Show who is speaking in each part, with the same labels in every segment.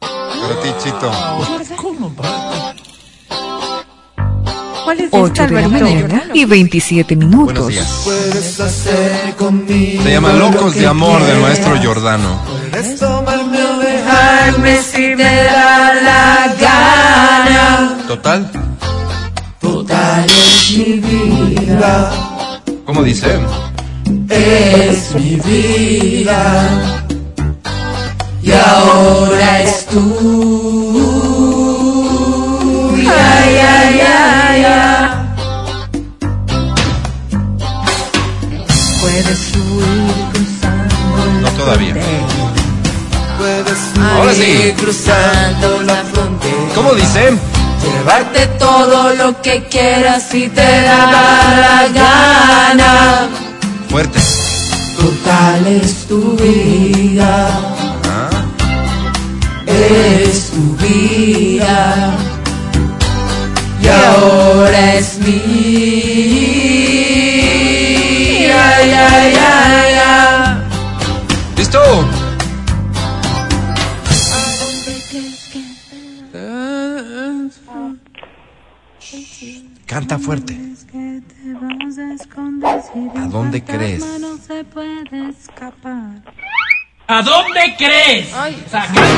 Speaker 1: para ti, Chito.
Speaker 2: ¿Cómo, papá?
Speaker 3: ¿Cuál es
Speaker 4: 8
Speaker 3: esta,
Speaker 4: de la
Speaker 3: Alberto?
Speaker 4: mañana y 27
Speaker 1: Buenos
Speaker 4: minutos.
Speaker 1: días.
Speaker 2: Puedes hacer conmigo.
Speaker 1: Se llama Locos de Amor del maestro Giordano.
Speaker 2: Puedes tomarme o dejar.
Speaker 3: si me da la gana.
Speaker 1: Total. ¿Cómo dice?
Speaker 2: Es mi vida. Y ahora es tu.
Speaker 3: Puedes huir cruzando
Speaker 1: No todavía.
Speaker 2: Puedes
Speaker 1: Ahora sí.
Speaker 2: ir cruzando la frontera.
Speaker 1: ¿Cómo dice?
Speaker 2: Llevarte
Speaker 3: todo lo que quieras si te da la gana.
Speaker 1: Fuerte.
Speaker 2: total es tu vida.
Speaker 1: Ah,
Speaker 2: Es tu vida y ahora es mía. Ya, ya, ya.
Speaker 1: ¿Listo? Canta fuerte. ¿A dónde crees?
Speaker 5: ¿A dónde crees?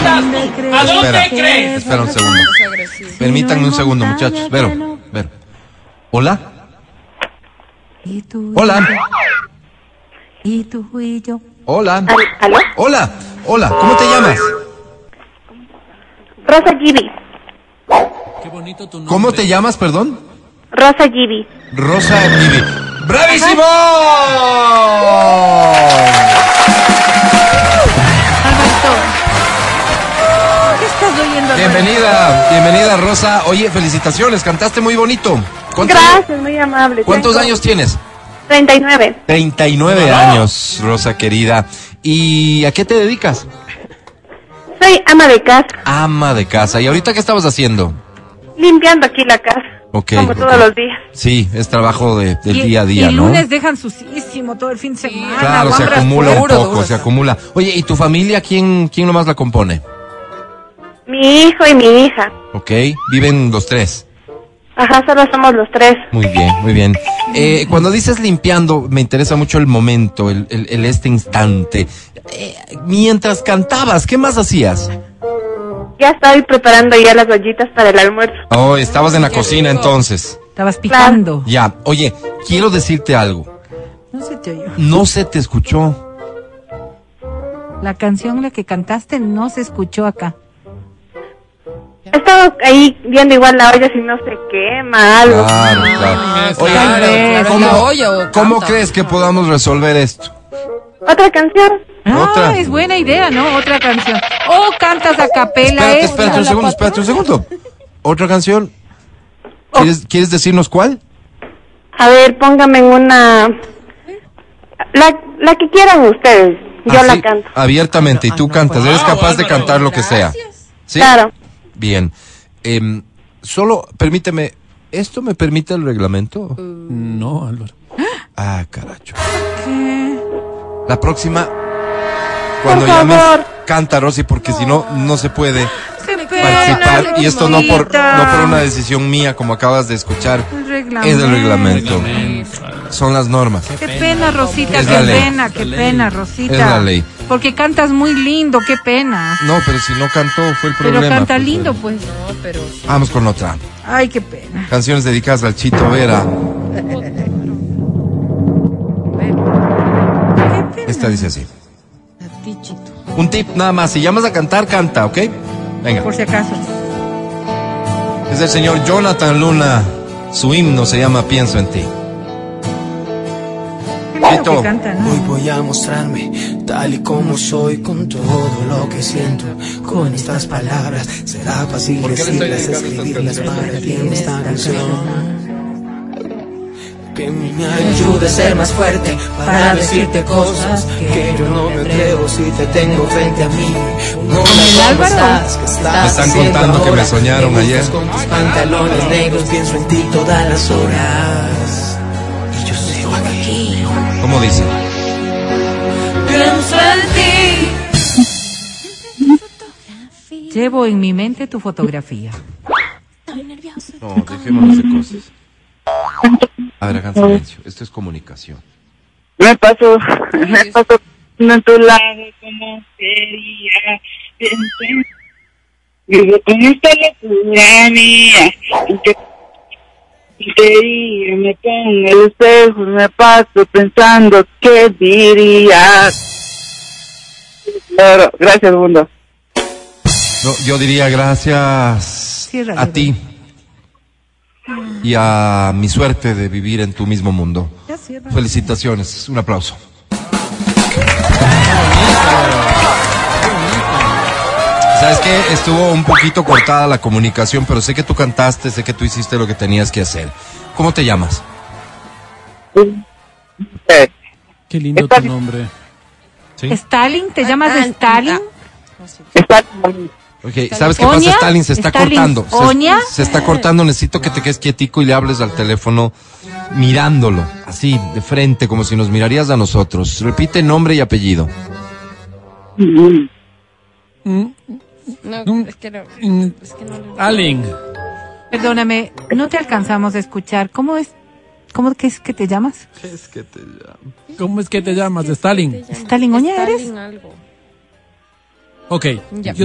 Speaker 5: Sacantas tú. ¿A dónde
Speaker 1: Espera.
Speaker 5: crees?
Speaker 1: Espera un segundo. Permítanme un segundo, muchachos. Vero, Vero. Hola. Hola.
Speaker 3: Y tú y yo.
Speaker 1: Hola.
Speaker 6: ¿Aló?
Speaker 1: Hola. Hola. ¿Cómo te llamas?
Speaker 6: Rosa Gibi.
Speaker 5: Qué bonito tu nombre.
Speaker 1: ¿Cómo te llamas, perdón?
Speaker 6: Rosa Gibi.
Speaker 1: Rosa Vivi. ¡Bravísimo!
Speaker 3: Alberto. ¿Qué estás oyendo, Alberto?
Speaker 1: Bienvenida, bienvenida Rosa. Oye, felicitaciones, cantaste muy bonito. ¿Cuántos,
Speaker 6: Gracias, muy amable.
Speaker 1: ¿cuántos
Speaker 6: Tengo
Speaker 1: años tienes?
Speaker 6: 39.
Speaker 1: 39 años, Rosa querida. ¿Y a qué te dedicas?
Speaker 6: Soy ama de casa,
Speaker 1: Ama de casa. ¿Y ahorita qué estabas haciendo?
Speaker 6: limpiando aquí la casa.
Speaker 1: Ok,
Speaker 6: Como
Speaker 1: ok.
Speaker 6: todos los días.
Speaker 1: Sí, es trabajo de- del
Speaker 3: Y-
Speaker 1: día a día,
Speaker 3: y
Speaker 1: ¿no?
Speaker 3: lunes dejan sucísimo todo el fin de semana.
Speaker 1: Claro, se
Speaker 3: guambras,
Speaker 1: acumula un
Speaker 3: duro,
Speaker 1: poco,
Speaker 3: duro.
Speaker 1: se acumula. Oye, ¿y tu familia quién, quién nomás la compone?
Speaker 6: Mi hijo y mi hija.
Speaker 1: ¿Ok? Viven los tres.
Speaker 6: Ajá, solo somos los tres.
Speaker 1: Muy bien, muy bien. Eh, cuando dices limpiando, me interesa mucho el momento, el, el- el este instante. Eh, mientras cantabas, ¿qué más hacías?
Speaker 6: Ya estoy preparando ya las ollitas para el almuerzo.
Speaker 1: Oh, estabas en la cocina entonces.
Speaker 3: Estabas picando.
Speaker 1: Ya, oye, quiero decirte algo.
Speaker 3: No se te oyó.
Speaker 1: No se te escuchó.
Speaker 3: La canción la que cantaste no se escuchó acá.
Speaker 6: He estado ahí viendo igual la olla si no se quema algo.
Speaker 1: Claro, claro. Oye,
Speaker 3: Tal vez,
Speaker 1: ¿cómo,
Speaker 3: la
Speaker 1: cómo crees que podamos resolver esto?
Speaker 6: ¿Otra canción?
Speaker 3: Ah,
Speaker 1: Otra.
Speaker 3: es buena idea, ¿no? Otra canción. O cantas a capela
Speaker 6: E,
Speaker 1: Espérate,
Speaker 3: esta.
Speaker 1: espérate un segundo, espérate un segundo. ¿Otra canción?
Speaker 6: Oh.
Speaker 1: ¿Quieres, quieres decirnos cuál?
Speaker 6: A ver, póngame en una... La, la que quieran ustedes. Yo
Speaker 1: Así,
Speaker 6: la canto.
Speaker 1: Abiertamente,
Speaker 2: Ah,
Speaker 1: y tú
Speaker 2: pues.
Speaker 1: cantas. Eres capaz de
Speaker 5: Álvaro.
Speaker 1: cantar lo que sea. ¿Sí?
Speaker 6: Claro.
Speaker 1: Bien. Em, solo permíteme, ¿esto me permite el reglamento?
Speaker 2: No, Álvaro.
Speaker 1: Ah, caracho. La próxima, cuando
Speaker 6: Por
Speaker 1: llames,
Speaker 6: favor.
Speaker 1: canta, Rosy, porque si no, no se puede
Speaker 3: Qué
Speaker 1: participar.
Speaker 3: pena,
Speaker 1: Y esto no por,
Speaker 3: Alexita.
Speaker 1: no por una decisión mía, como acabas de escuchar.
Speaker 3: El reglamento.
Speaker 1: Es el reglamento. Son las normas.
Speaker 3: Qué pena, Rosita,
Speaker 1: Es
Speaker 3: qué
Speaker 1: la ley.
Speaker 3: pena, qué pena, Rosita.
Speaker 1: Es la ley.
Speaker 3: Porque cantas muy lindo, qué pena.
Speaker 1: No, pero si no cantó, fue el problema.
Speaker 3: Pero canta
Speaker 1: pues,
Speaker 3: lindo,
Speaker 1: eh.
Speaker 3: pues.
Speaker 1: Vamos con otra.
Speaker 3: Ay, qué pena.
Speaker 1: Canciones dedicadas al Chito Vera. Esta dice así. Un tip nada más, si llamas a cantar, canta, ¿ok? Venga.
Speaker 3: Por si acaso.
Speaker 1: Es el señor Jonathan Luna. Su himno se llama Pienso en ti.
Speaker 3: Qué lindo
Speaker 1: Chito.
Speaker 3: que canta,
Speaker 2: Hoy
Speaker 3: ¿no?
Speaker 2: voy a mostrarme tal y como soy con todo lo que siento. Con estas palabras será fácil
Speaker 1: ¿Por qué le estoy
Speaker 2: decirlas,
Speaker 1: dedicando
Speaker 2: escribirlas
Speaker 1: estas
Speaker 2: para ti en esta canción. Que me ayude a ser más fuerte para decirte cosas que yo no me atrevo si te tengo frente a mí. No me
Speaker 3: Álvaro?
Speaker 2: que
Speaker 1: Me están contando que me soñaron ayer.
Speaker 2: Con tus pantalones negros pienso en ti todas las horas. Y yo sigo aquí.
Speaker 1: ¿Cómo dice?
Speaker 3: Pienso en ti.
Speaker 4: Llevo en mi mente tu fotografía.
Speaker 1: No, dejémonos de cosas. A ver, hagan silencio. Esto es comunicación.
Speaker 6: Me pasó, me pasó en tu lado, como sería. Pensé- Digo, con esta locura mía, que te diga, me pongo en el espejo, me paso pensando qué dirías. Claro, gracias, mundo.
Speaker 1: No, yo diría gracias
Speaker 4: Cierra la
Speaker 1: a ti y a mi suerte de vivir en tu mismo mundo.
Speaker 4: Ya cierra.
Speaker 1: Felicitaciones, un aplauso. Sabes que estuvo un poquito cortada la comunicación, pero sé que tú cantaste, sé que tú hiciste lo que tenías que hacer. ¿Cómo te llamas?
Speaker 6: Eh,
Speaker 7: Qué lindo tu nombre.
Speaker 4: Stalin, ¿te llamas Stalin?
Speaker 6: está-
Speaker 1: Ok, ¿sabes qué pasa,
Speaker 4: ¿Oña?
Speaker 1: Stalin? Se está
Speaker 4: Stalin,
Speaker 1: cortando. Se-
Speaker 4: ¿Oña?
Speaker 1: Se, está cortando, necesito que te quedes quietico y le hables al teléfono mirándolo, así, de frente, como si nos mirarías a nosotros. Repite nombre y apellido.
Speaker 7: Mm, mm, Allen.
Speaker 4: Perdóname, no te alcanzamos a escuchar. ¿Cómo es? ¿Cómo que es que te llamas?
Speaker 7: ¿Cómo es que te llamas? Stalin.
Speaker 4: ¿Stalin Oña eres?
Speaker 7: Ok. Yo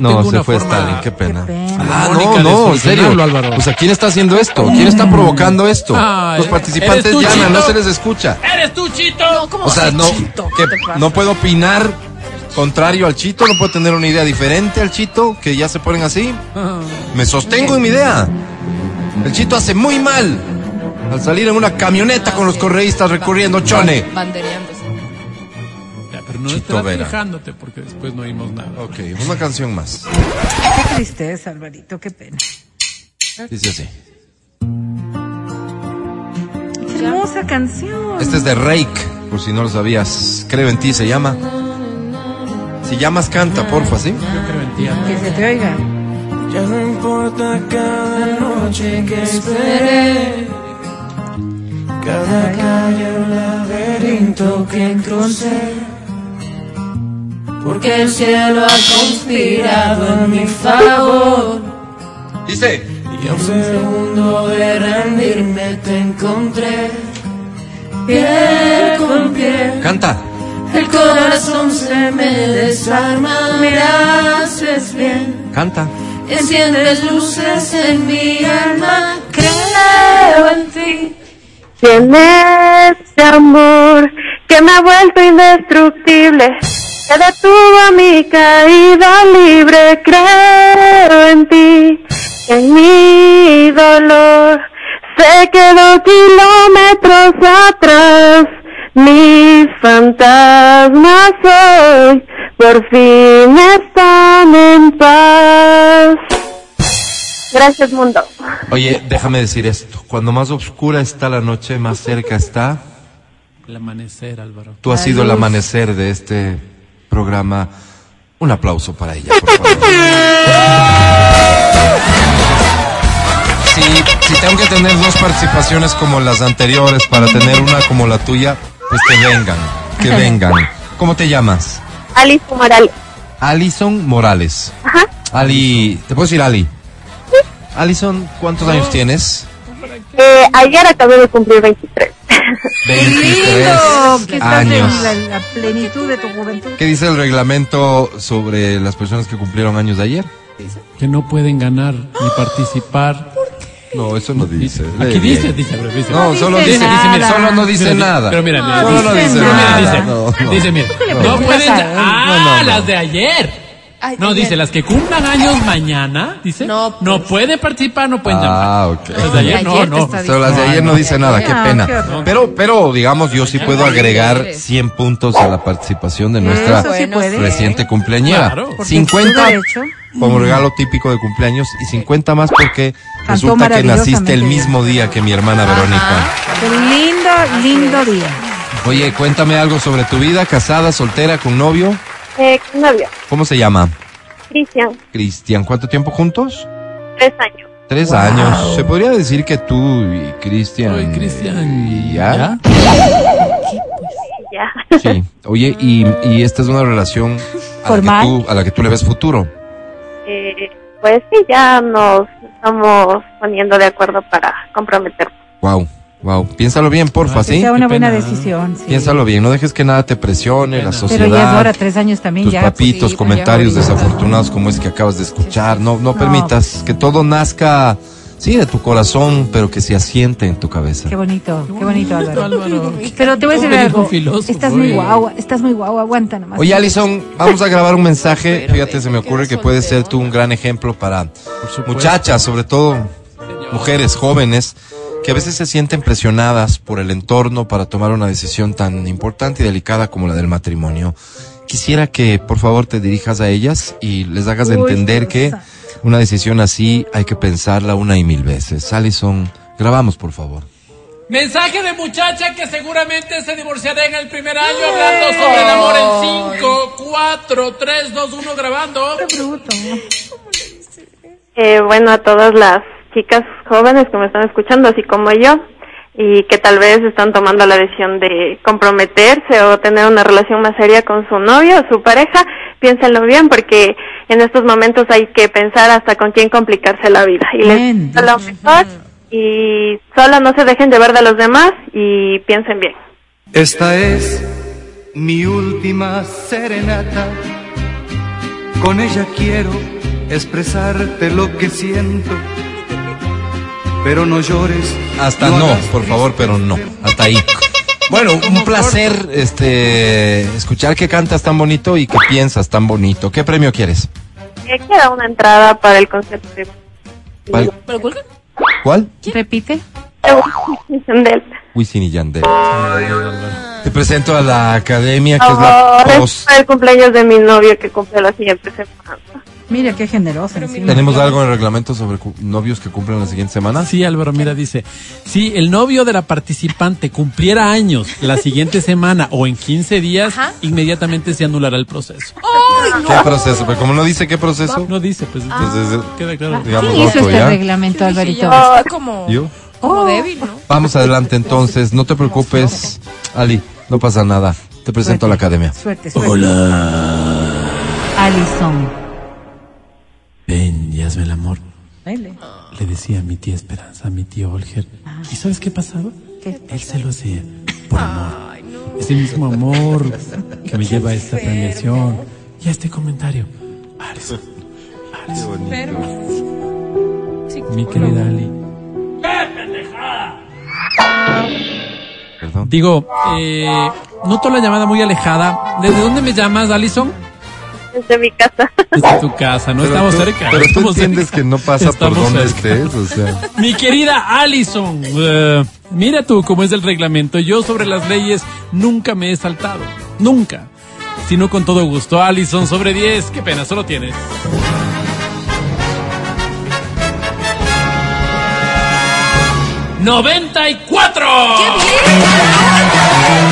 Speaker 1: no,
Speaker 7: tengo
Speaker 1: se
Speaker 7: una
Speaker 1: fue
Speaker 7: forma-
Speaker 1: Stalin, qué pena.
Speaker 4: Qué pena.
Speaker 1: Ah,
Speaker 7: Mónica,
Speaker 1: no, no, en
Speaker 7: de
Speaker 1: serio.
Speaker 7: solucionarlo, Álvaro.
Speaker 1: O sea, ¿quién está haciendo esto? ¿Quién
Speaker 4: Mm.
Speaker 1: está provocando esto?
Speaker 7: Ah,
Speaker 1: Los
Speaker 7: eh,
Speaker 1: participantes
Speaker 7: ¿eres tú,
Speaker 1: llaman, no
Speaker 7: Chito?
Speaker 1: se les escucha.
Speaker 5: ¿Eres tú, Chito?
Speaker 1: O sea, no, que no puedo opinar contrario al Chito, no puedo tener una idea diferente al Chito, que ya se ponen así.
Speaker 7: Ah,
Speaker 1: Me sostengo en mi idea. El Chito hace muy mal al salir en una camioneta con los correístas recorriendo Chone.
Speaker 7: ya, pero no
Speaker 1: Chito
Speaker 7: estarás
Speaker 1: Vera.
Speaker 7: fijándote porque después no oímos nada.
Speaker 1: Ok, una canción más.
Speaker 4: Qué tristeza, Alvarito, qué pena.
Speaker 1: Dice así.
Speaker 4: Qué hermosa canción.
Speaker 1: Este es de Rake, por si no lo sabías. Creo en ti se llama. Si llamas, canta, porfa, ¿sí?
Speaker 7: Yo creo en ti, Ana.
Speaker 4: Que se te oiga.
Speaker 2: Ya no importa cada noche que esperé,
Speaker 3: esperé,
Speaker 2: cada calle un laberinto que crucé,
Speaker 3: Que el cielo ha conspirado en mi favor.
Speaker 1: Dice.
Speaker 2: y a un segundo de rendirme te encontré.
Speaker 3: Piel con piel,
Speaker 1: Canta.
Speaker 3: el corazón se me desarma. Me haces bien,
Speaker 1: Canta.
Speaker 3: enciendes luces en mi alma. Creo en ti.
Speaker 6: ¿Quién es ese amor que me ha vuelto indestructible? Que detuvo mi caída libre, creo en ti. En mi dolor se quedó kilómetros atrás. Mis fantasmas hoy por fin están en paz. Gracias, mundo.
Speaker 1: Oye, déjame decir esto. Cuando más oscura está la noche, más cerca está.
Speaker 7: El amanecer, Álvaro.
Speaker 1: Tú has sido el amanecer de este programa. Un aplauso para ella, por favor. Si, si tengo que tener dos participaciones como las anteriores para tener una como la tuya, pues que vengan, que vengan. ¿Cómo te llamas?
Speaker 6: Alice Morales.
Speaker 1: Alison Morales.
Speaker 6: Ajá.
Speaker 1: Ali, ¿te puedo decir Ali? Uh. Alison, ¿cuántos años tienes?
Speaker 6: Eh, ayer acabé de cumplir 23.
Speaker 4: Lindo,
Speaker 1: 23
Speaker 4: que estás
Speaker 1: años.
Speaker 4: en la, la plenitud de tu juventud.
Speaker 1: ¿Qué dice el reglamento sobre las personas que cumplieron años de ayer?
Speaker 7: Que no pueden ganar ni participar.
Speaker 1: No, eso no dice.
Speaker 7: Aquí dice, dice, pero dice.
Speaker 1: No, solo
Speaker 4: dice
Speaker 1: dice,
Speaker 4: nada.
Speaker 1: mira, solo no
Speaker 7: Mira,
Speaker 1: dice
Speaker 7: di-
Speaker 1: nada.
Speaker 7: Pero mira, mira,
Speaker 4: No,
Speaker 1: solo
Speaker 7: dice,
Speaker 1: no
Speaker 4: dice
Speaker 1: dice
Speaker 7: pero mira,
Speaker 1: nada.
Speaker 7: dice,
Speaker 1: No, no.
Speaker 7: dice, mira,
Speaker 4: le
Speaker 7: no
Speaker 4: preguntas
Speaker 7: pueden,
Speaker 4: a él?
Speaker 7: ah,
Speaker 1: No, no, no.
Speaker 7: las de ayer. no, dice, las que cumplan años mañana, dice,
Speaker 4: pues.
Speaker 7: no, pueden participar, no pueden
Speaker 1: Ah,
Speaker 7: llamar.
Speaker 1: ok.
Speaker 7: Las de ayer, no,
Speaker 4: Ayer te
Speaker 7: no.
Speaker 4: está
Speaker 1: Pero las de ayer no dice nada, qué
Speaker 4: Ah, qué
Speaker 1: pena.
Speaker 4: horror.
Speaker 1: Pero, pero, digamos, yo sí puedo agregar 100 puntos a la participación de nuestra
Speaker 4: Eso sí puede.
Speaker 1: reciente cumpleañera.
Speaker 7: Claro. Porque
Speaker 4: es
Speaker 1: 50
Speaker 4: tu derecho.
Speaker 1: como regalo típico de cumpleaños y 50 más porque
Speaker 4: Cantó
Speaker 1: resulta que naciste el
Speaker 4: maravillosamente
Speaker 1: mismo día que mi hermana Verónica.
Speaker 4: Qué lindo, lindo día.
Speaker 1: Oye, cuéntame algo sobre tu vida, casada, soltera, con novio.
Speaker 6: Eh, con novio,
Speaker 1: ¿Cómo se llama?
Speaker 6: Cristian,
Speaker 1: Cristian, ¿cuánto tiempo juntos?
Speaker 6: tres años.
Speaker 1: Tres años. Se podría decir que tú y Cristian.
Speaker 7: Soy Cristian.
Speaker 1: eh, ¿Ya?
Speaker 6: Ya.
Speaker 1: Sí. Oye, y, y esta es una relación a la, que
Speaker 4: Formal.
Speaker 1: tú, a la que tú le ves futuro.
Speaker 6: eh, pues sí, ya nos estamos poniendo de acuerdo para comprometernos.
Speaker 1: Wow, wow. Piénsalo bien, porfa,
Speaker 4: Que
Speaker 1: ¿sí?
Speaker 4: sea una buena
Speaker 7: pena.
Speaker 4: decisión. sí.
Speaker 1: Piénsalo bien, no dejes que nada te presione, la
Speaker 4: Pero ya es
Speaker 1: sociedad,
Speaker 4: ahora tres años también.
Speaker 1: tus
Speaker 4: ya, pues,
Speaker 1: papitos,
Speaker 4: sí,
Speaker 1: comentarios
Speaker 4: ya ahorita.
Speaker 1: desafortunados como ese que acabas de escuchar. No, no,
Speaker 4: No.
Speaker 1: permitas que todo nazca, sí, de tu corazón, pero que se asiente en tu cabeza.
Speaker 4: Qué bonito, qué bonito, Álvaro.
Speaker 7: Álvaro.
Speaker 4: Pero te voy a decir
Speaker 7: Como dijo
Speaker 4: algo.
Speaker 7: un filósofo,
Speaker 4: Estás muy
Speaker 7: eh.
Speaker 4: guau, estás muy guau, aguanta nomás.
Speaker 1: Oye, Alison, vamos a grabar un mensaje.
Speaker 8: Pero,
Speaker 1: Fíjate, se me
Speaker 8: ¿por qué
Speaker 1: ocurre
Speaker 8: no
Speaker 1: que puedes ser
Speaker 8: soltero?
Speaker 1: tú un gran ejemplo para
Speaker 7: supuesto.
Speaker 1: muchachas, sobre todo mujeres jóvenes, que a veces se sienten presionadas por el entorno para tomar una decisión tan importante y delicada como la del matrimonio. Quisiera que, por favor, te dirijas a ellas y les hagas
Speaker 4: Uy,
Speaker 1: entender
Speaker 4: Dios
Speaker 1: que
Speaker 4: santo.
Speaker 1: una decisión así hay que pensarla una y mil veces. Alison, grabamos, por favor.
Speaker 7: Mensaje de muchacha que seguramente se divorciará en el primer año hablando sobre el amor en 5, 4, 3, 2, 1 grabando.
Speaker 6: Eh, bueno, a todas las chicas jóvenes que me están escuchando, así como yo, y que tal vez están tomando la decisión de comprometerse o tener una relación más seria con su novio o su pareja, piénsenlo bien porque en estos momentos hay que pensar hasta con quién complicarse la vida. Y les
Speaker 4: Bien,
Speaker 6: deseo lo mejor y solo no se dejen llevar de los demás y piensen bien.
Speaker 9: Esta es mi última serenata. Con ella quiero expresarte lo que siento. Pero no llores.
Speaker 1: Hasta no,
Speaker 9: hagas
Speaker 1: por favor, pero no. Hasta ahí. Bueno, un placer este escuchar que cantas tan bonito y que piensas tan bonito. ¿Qué premio quieres?
Speaker 6: Eh, queda una entrada para el concierto de
Speaker 1: ¿Cuál?
Speaker 8: ¿Pero cuelga?
Speaker 1: ¿Cuál?
Speaker 4: Repite.
Speaker 6: del
Speaker 1: Wisin y Yandel. Te presento a la academia que es
Speaker 6: Ahora
Speaker 1: la
Speaker 6: es
Speaker 1: voz.
Speaker 6: para el cumpleaños de mi novio que cumple la siguiente semana.
Speaker 4: Mira qué generoso. encima.
Speaker 1: Tenemos algo en el reglamento sobre cu- novios que cumplen la siguiente semana.
Speaker 7: Ah, Sí, Álvaro, mira, dice, si el novio de la participante cumpliera años la siguiente semana o en 15 días,
Speaker 8: Ajá.
Speaker 7: inmediatamente se anulará el proceso.
Speaker 1: ¿Qué proceso? Pero como no dice qué proceso,
Speaker 7: No dice, pues
Speaker 8: Ah.
Speaker 1: entonces
Speaker 7: queda claro.
Speaker 1: digamos
Speaker 4: ¿Quién hizo
Speaker 1: voto,
Speaker 4: este
Speaker 1: ¿ya?
Speaker 4: reglamento, Alvarito?
Speaker 8: Está como,
Speaker 1: yo.
Speaker 8: como
Speaker 4: Oh.
Speaker 8: débil, ¿no?
Speaker 1: Vamos adelante entonces, no te preocupes, Ali, no pasa nada. Te presento a la academia.
Speaker 4: Suerte, suerte. Hola. Alison.
Speaker 7: Ven y hazme el amor.
Speaker 4: Dale.
Speaker 7: Le decía a mi tía Esperanza, a mi tío Olger. ¿Y sabes qué pasaba?
Speaker 4: ¿Qué?
Speaker 7: Él se lo hacía por amor. Ese mismo amor que me lleva a esta premiación y a este comentario. Alison, Alison, mi querida Ali.
Speaker 1: Perdón.
Speaker 7: Digo, eh, noto la llamada muy alejada. ¿Desde dónde me llamas, Alison?
Speaker 6: Desde mi casa.
Speaker 7: Desde tu casa, no
Speaker 1: Pero
Speaker 7: estamos
Speaker 1: tú-
Speaker 7: cerca.
Speaker 1: Pero tú
Speaker 7: estamos
Speaker 1: entiendes
Speaker 7: cerca.
Speaker 1: que no pasa
Speaker 7: Estamos
Speaker 1: por donde
Speaker 7: cerca.
Speaker 1: estés, o sea.
Speaker 7: Mi querida Alison, eh, mira tú cómo es el reglamento. Yo sobre las leyes nunca me he saltado. Nunca. Sino con todo gusto. Alison, sobre 10. Qué pena, solo tienes. ¡94!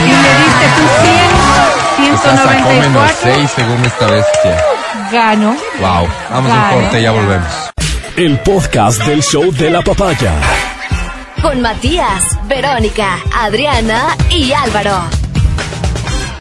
Speaker 4: Y le diste
Speaker 1: O
Speaker 4: tus 100,
Speaker 1: sea, sacó menos
Speaker 4: 194.
Speaker 1: seis según esta bestia.
Speaker 4: Ganó.
Speaker 1: Wow. Vamos a
Speaker 4: Claro.
Speaker 1: un corte, ya volvemos.
Speaker 10: El podcast del show de la papaya.
Speaker 11: Con Matías, Verónica, Adriana y Álvaro.